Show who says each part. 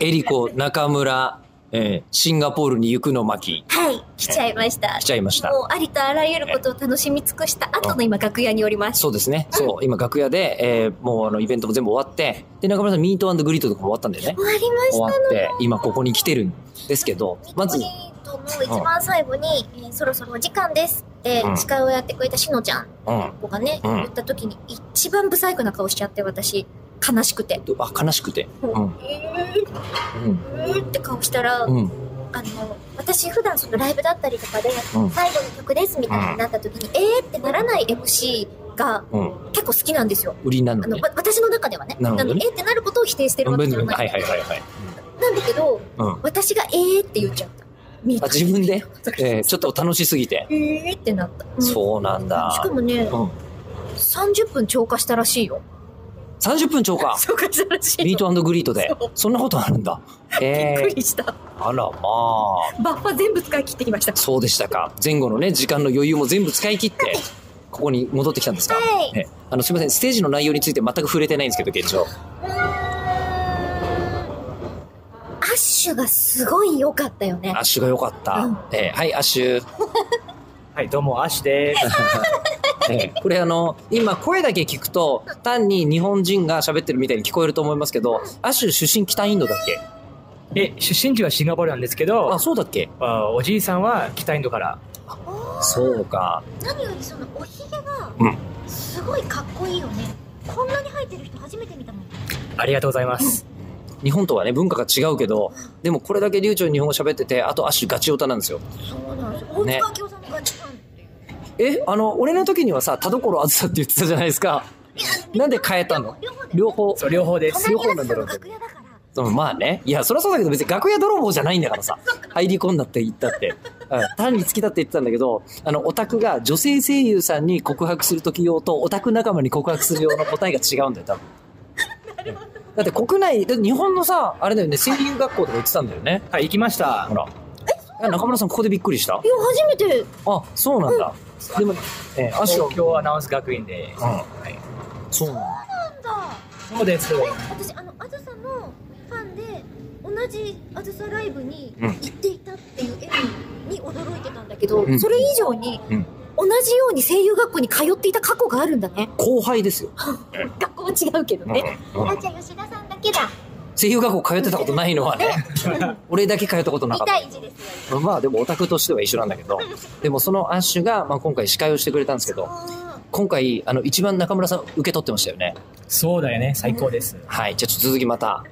Speaker 1: エリコ、中村、えーシンガポールに行くの巻
Speaker 2: はい、来ちゃいました。
Speaker 1: 来ちゃいました。
Speaker 2: もうありとあらゆることを楽しみ尽くした後の今楽屋におります。
Speaker 1: そうですね。そう、今楽屋で、えーもうあのイベントも全部終わって、で、中村さんミートグリートとかも終わったんだよね。
Speaker 2: 終わりま
Speaker 1: 終わ
Speaker 2: し
Speaker 1: って、今ここに来てるんですけど、
Speaker 2: た。
Speaker 1: まず
Speaker 2: ニ、コニートの一番最後に、えーそろそろお時間ですって
Speaker 1: うん
Speaker 2: 誓いをやってくれたしのちゃん
Speaker 1: うん。
Speaker 2: 子がね、
Speaker 1: うん
Speaker 2: 言った時に一番不細工な顔しちゃって私、悲しくて。
Speaker 1: あ、悲しくて。
Speaker 2: もう
Speaker 1: うん
Speaker 2: えー
Speaker 1: うん。
Speaker 2: うーんって顔したら、
Speaker 1: うん。
Speaker 2: あの、私普段そのライブだったりとかで、
Speaker 1: うん
Speaker 2: 最後の曲ですみたいになった時に、えーってならない MC が
Speaker 1: うん。
Speaker 2: 結構好きなんですよ。
Speaker 1: 売りなの
Speaker 2: あの、
Speaker 1: ね。
Speaker 2: わ私の中ではね。
Speaker 1: なるほどね
Speaker 2: のえーってなることを否定してる
Speaker 1: うん
Speaker 2: わけ
Speaker 1: はい
Speaker 2: じゃない。
Speaker 1: はいはいはい。
Speaker 2: なんだけど、
Speaker 1: うん。
Speaker 2: 私がえーって言っちゃった。ミート
Speaker 1: あ自分で、えー
Speaker 2: え
Speaker 1: ちょっと楽しすぎて。
Speaker 2: ーってなった。うん
Speaker 1: そうなん
Speaker 2: し
Speaker 1: だ
Speaker 2: か。もね、
Speaker 1: うん。
Speaker 2: 30分超過したらしいよ。
Speaker 1: 30分超過。
Speaker 2: 超過したらしいよ。
Speaker 1: ミートグリートで
Speaker 2: そう。
Speaker 1: そんなことあるんだ。え
Speaker 2: びっく
Speaker 1: ー、
Speaker 2: りした。
Speaker 1: あらまあ。
Speaker 2: バッファ全部使い切ってきました。
Speaker 1: そうでしたか。前後のね、時間の余裕も全部使い切って、ここに戻ってきたんですか。
Speaker 2: はい
Speaker 1: ねあの、すみません、ステージの内容について全く触れてないんですけど、現状。
Speaker 2: うーんアッシュがすごい良かったよね
Speaker 1: ア。ッシュが良かった。
Speaker 2: うん
Speaker 1: えーはい、アッシュ。
Speaker 3: はい、どうも、アシです。
Speaker 1: えーこれあの、今声だけ聞くと、単に日本人が喋ってるみたいに聞こえると思いますけど、アッシュ出身北インドだっけ
Speaker 3: え、出身地はシンガポールなんですけ
Speaker 1: あ、
Speaker 3: ど、
Speaker 1: そうだっけ
Speaker 3: あおじいさんは北インドから。
Speaker 1: そうか。
Speaker 2: 何よりそのおひげが
Speaker 1: うん
Speaker 2: すごいかっこいいよね。こんなに生えてる人初めて見たもん。
Speaker 3: ありがとうございます。
Speaker 1: 日本とはね、文化が違うけど、でもこれだけ流暢に日本語喋ってて、あとアッシュガチオタなんですよ。
Speaker 2: そうなんですよ。
Speaker 1: ね
Speaker 2: 大塚明夫さんのガチファンっていう。
Speaker 1: え、あの、俺の時にはさ、田所あずさって言ってたじゃないですか。なんで変えたの
Speaker 2: 両
Speaker 1: 両
Speaker 2: 方で。
Speaker 1: 方。
Speaker 3: そう、両方です。
Speaker 2: 隣
Speaker 1: 両方
Speaker 2: のや
Speaker 1: なん
Speaker 2: つ
Speaker 1: だ
Speaker 2: と
Speaker 1: ろう
Speaker 2: の
Speaker 1: けど
Speaker 2: 楽屋だから。
Speaker 1: うんまあね。いや、そりゃそうだけど別に楽屋泥棒じゃないんだから さ。入り込んだって言ったって。うん単に好きだって言ってたんだけど、あの、オタクが女性声優さんに告白するとき用とオタク仲間に告白する用の答えが違うんだよ、 多分。だって国内、だって日本のさ、あれだよね、声優学校とか言ってたんだよね。
Speaker 3: はい、行きました
Speaker 1: ほ。ら。あ中村さん、ここでびっくりした
Speaker 2: いや、初めて。
Speaker 1: あ、そうなんだ。でも、えー、アシュ
Speaker 3: 東京アナウンス学院で。
Speaker 1: はい。そうなんだ。
Speaker 2: なんだ。
Speaker 3: そうです。
Speaker 2: え、私、あの、あずさのファンで、同じあずさライブに
Speaker 1: うん
Speaker 2: 行っていたっていう絵に驚いてたんだけど、
Speaker 1: うん
Speaker 2: それ以上に、
Speaker 1: うん
Speaker 2: 同じように声優学校に通っていた過去があるんだね。
Speaker 1: 後輩ですよ。
Speaker 2: 学校は違うけどね。
Speaker 1: うん
Speaker 2: あ、じゃあ吉田さんだけだ。
Speaker 1: 声優学校通ってたことないのはね、俺だけ通ったことな
Speaker 2: 2
Speaker 1: かった。
Speaker 2: 対1ですよ。
Speaker 1: まあでもオタクとしては一緒なんだけど、でもそのアッシュが、まあ、今回司会をしてくれたんですけど、
Speaker 2: あ
Speaker 1: 今回、あの、一番中村さん受け取ってましたよね。
Speaker 3: そうだよね、最高です。
Speaker 1: はい。じゃあちょっと続きまた、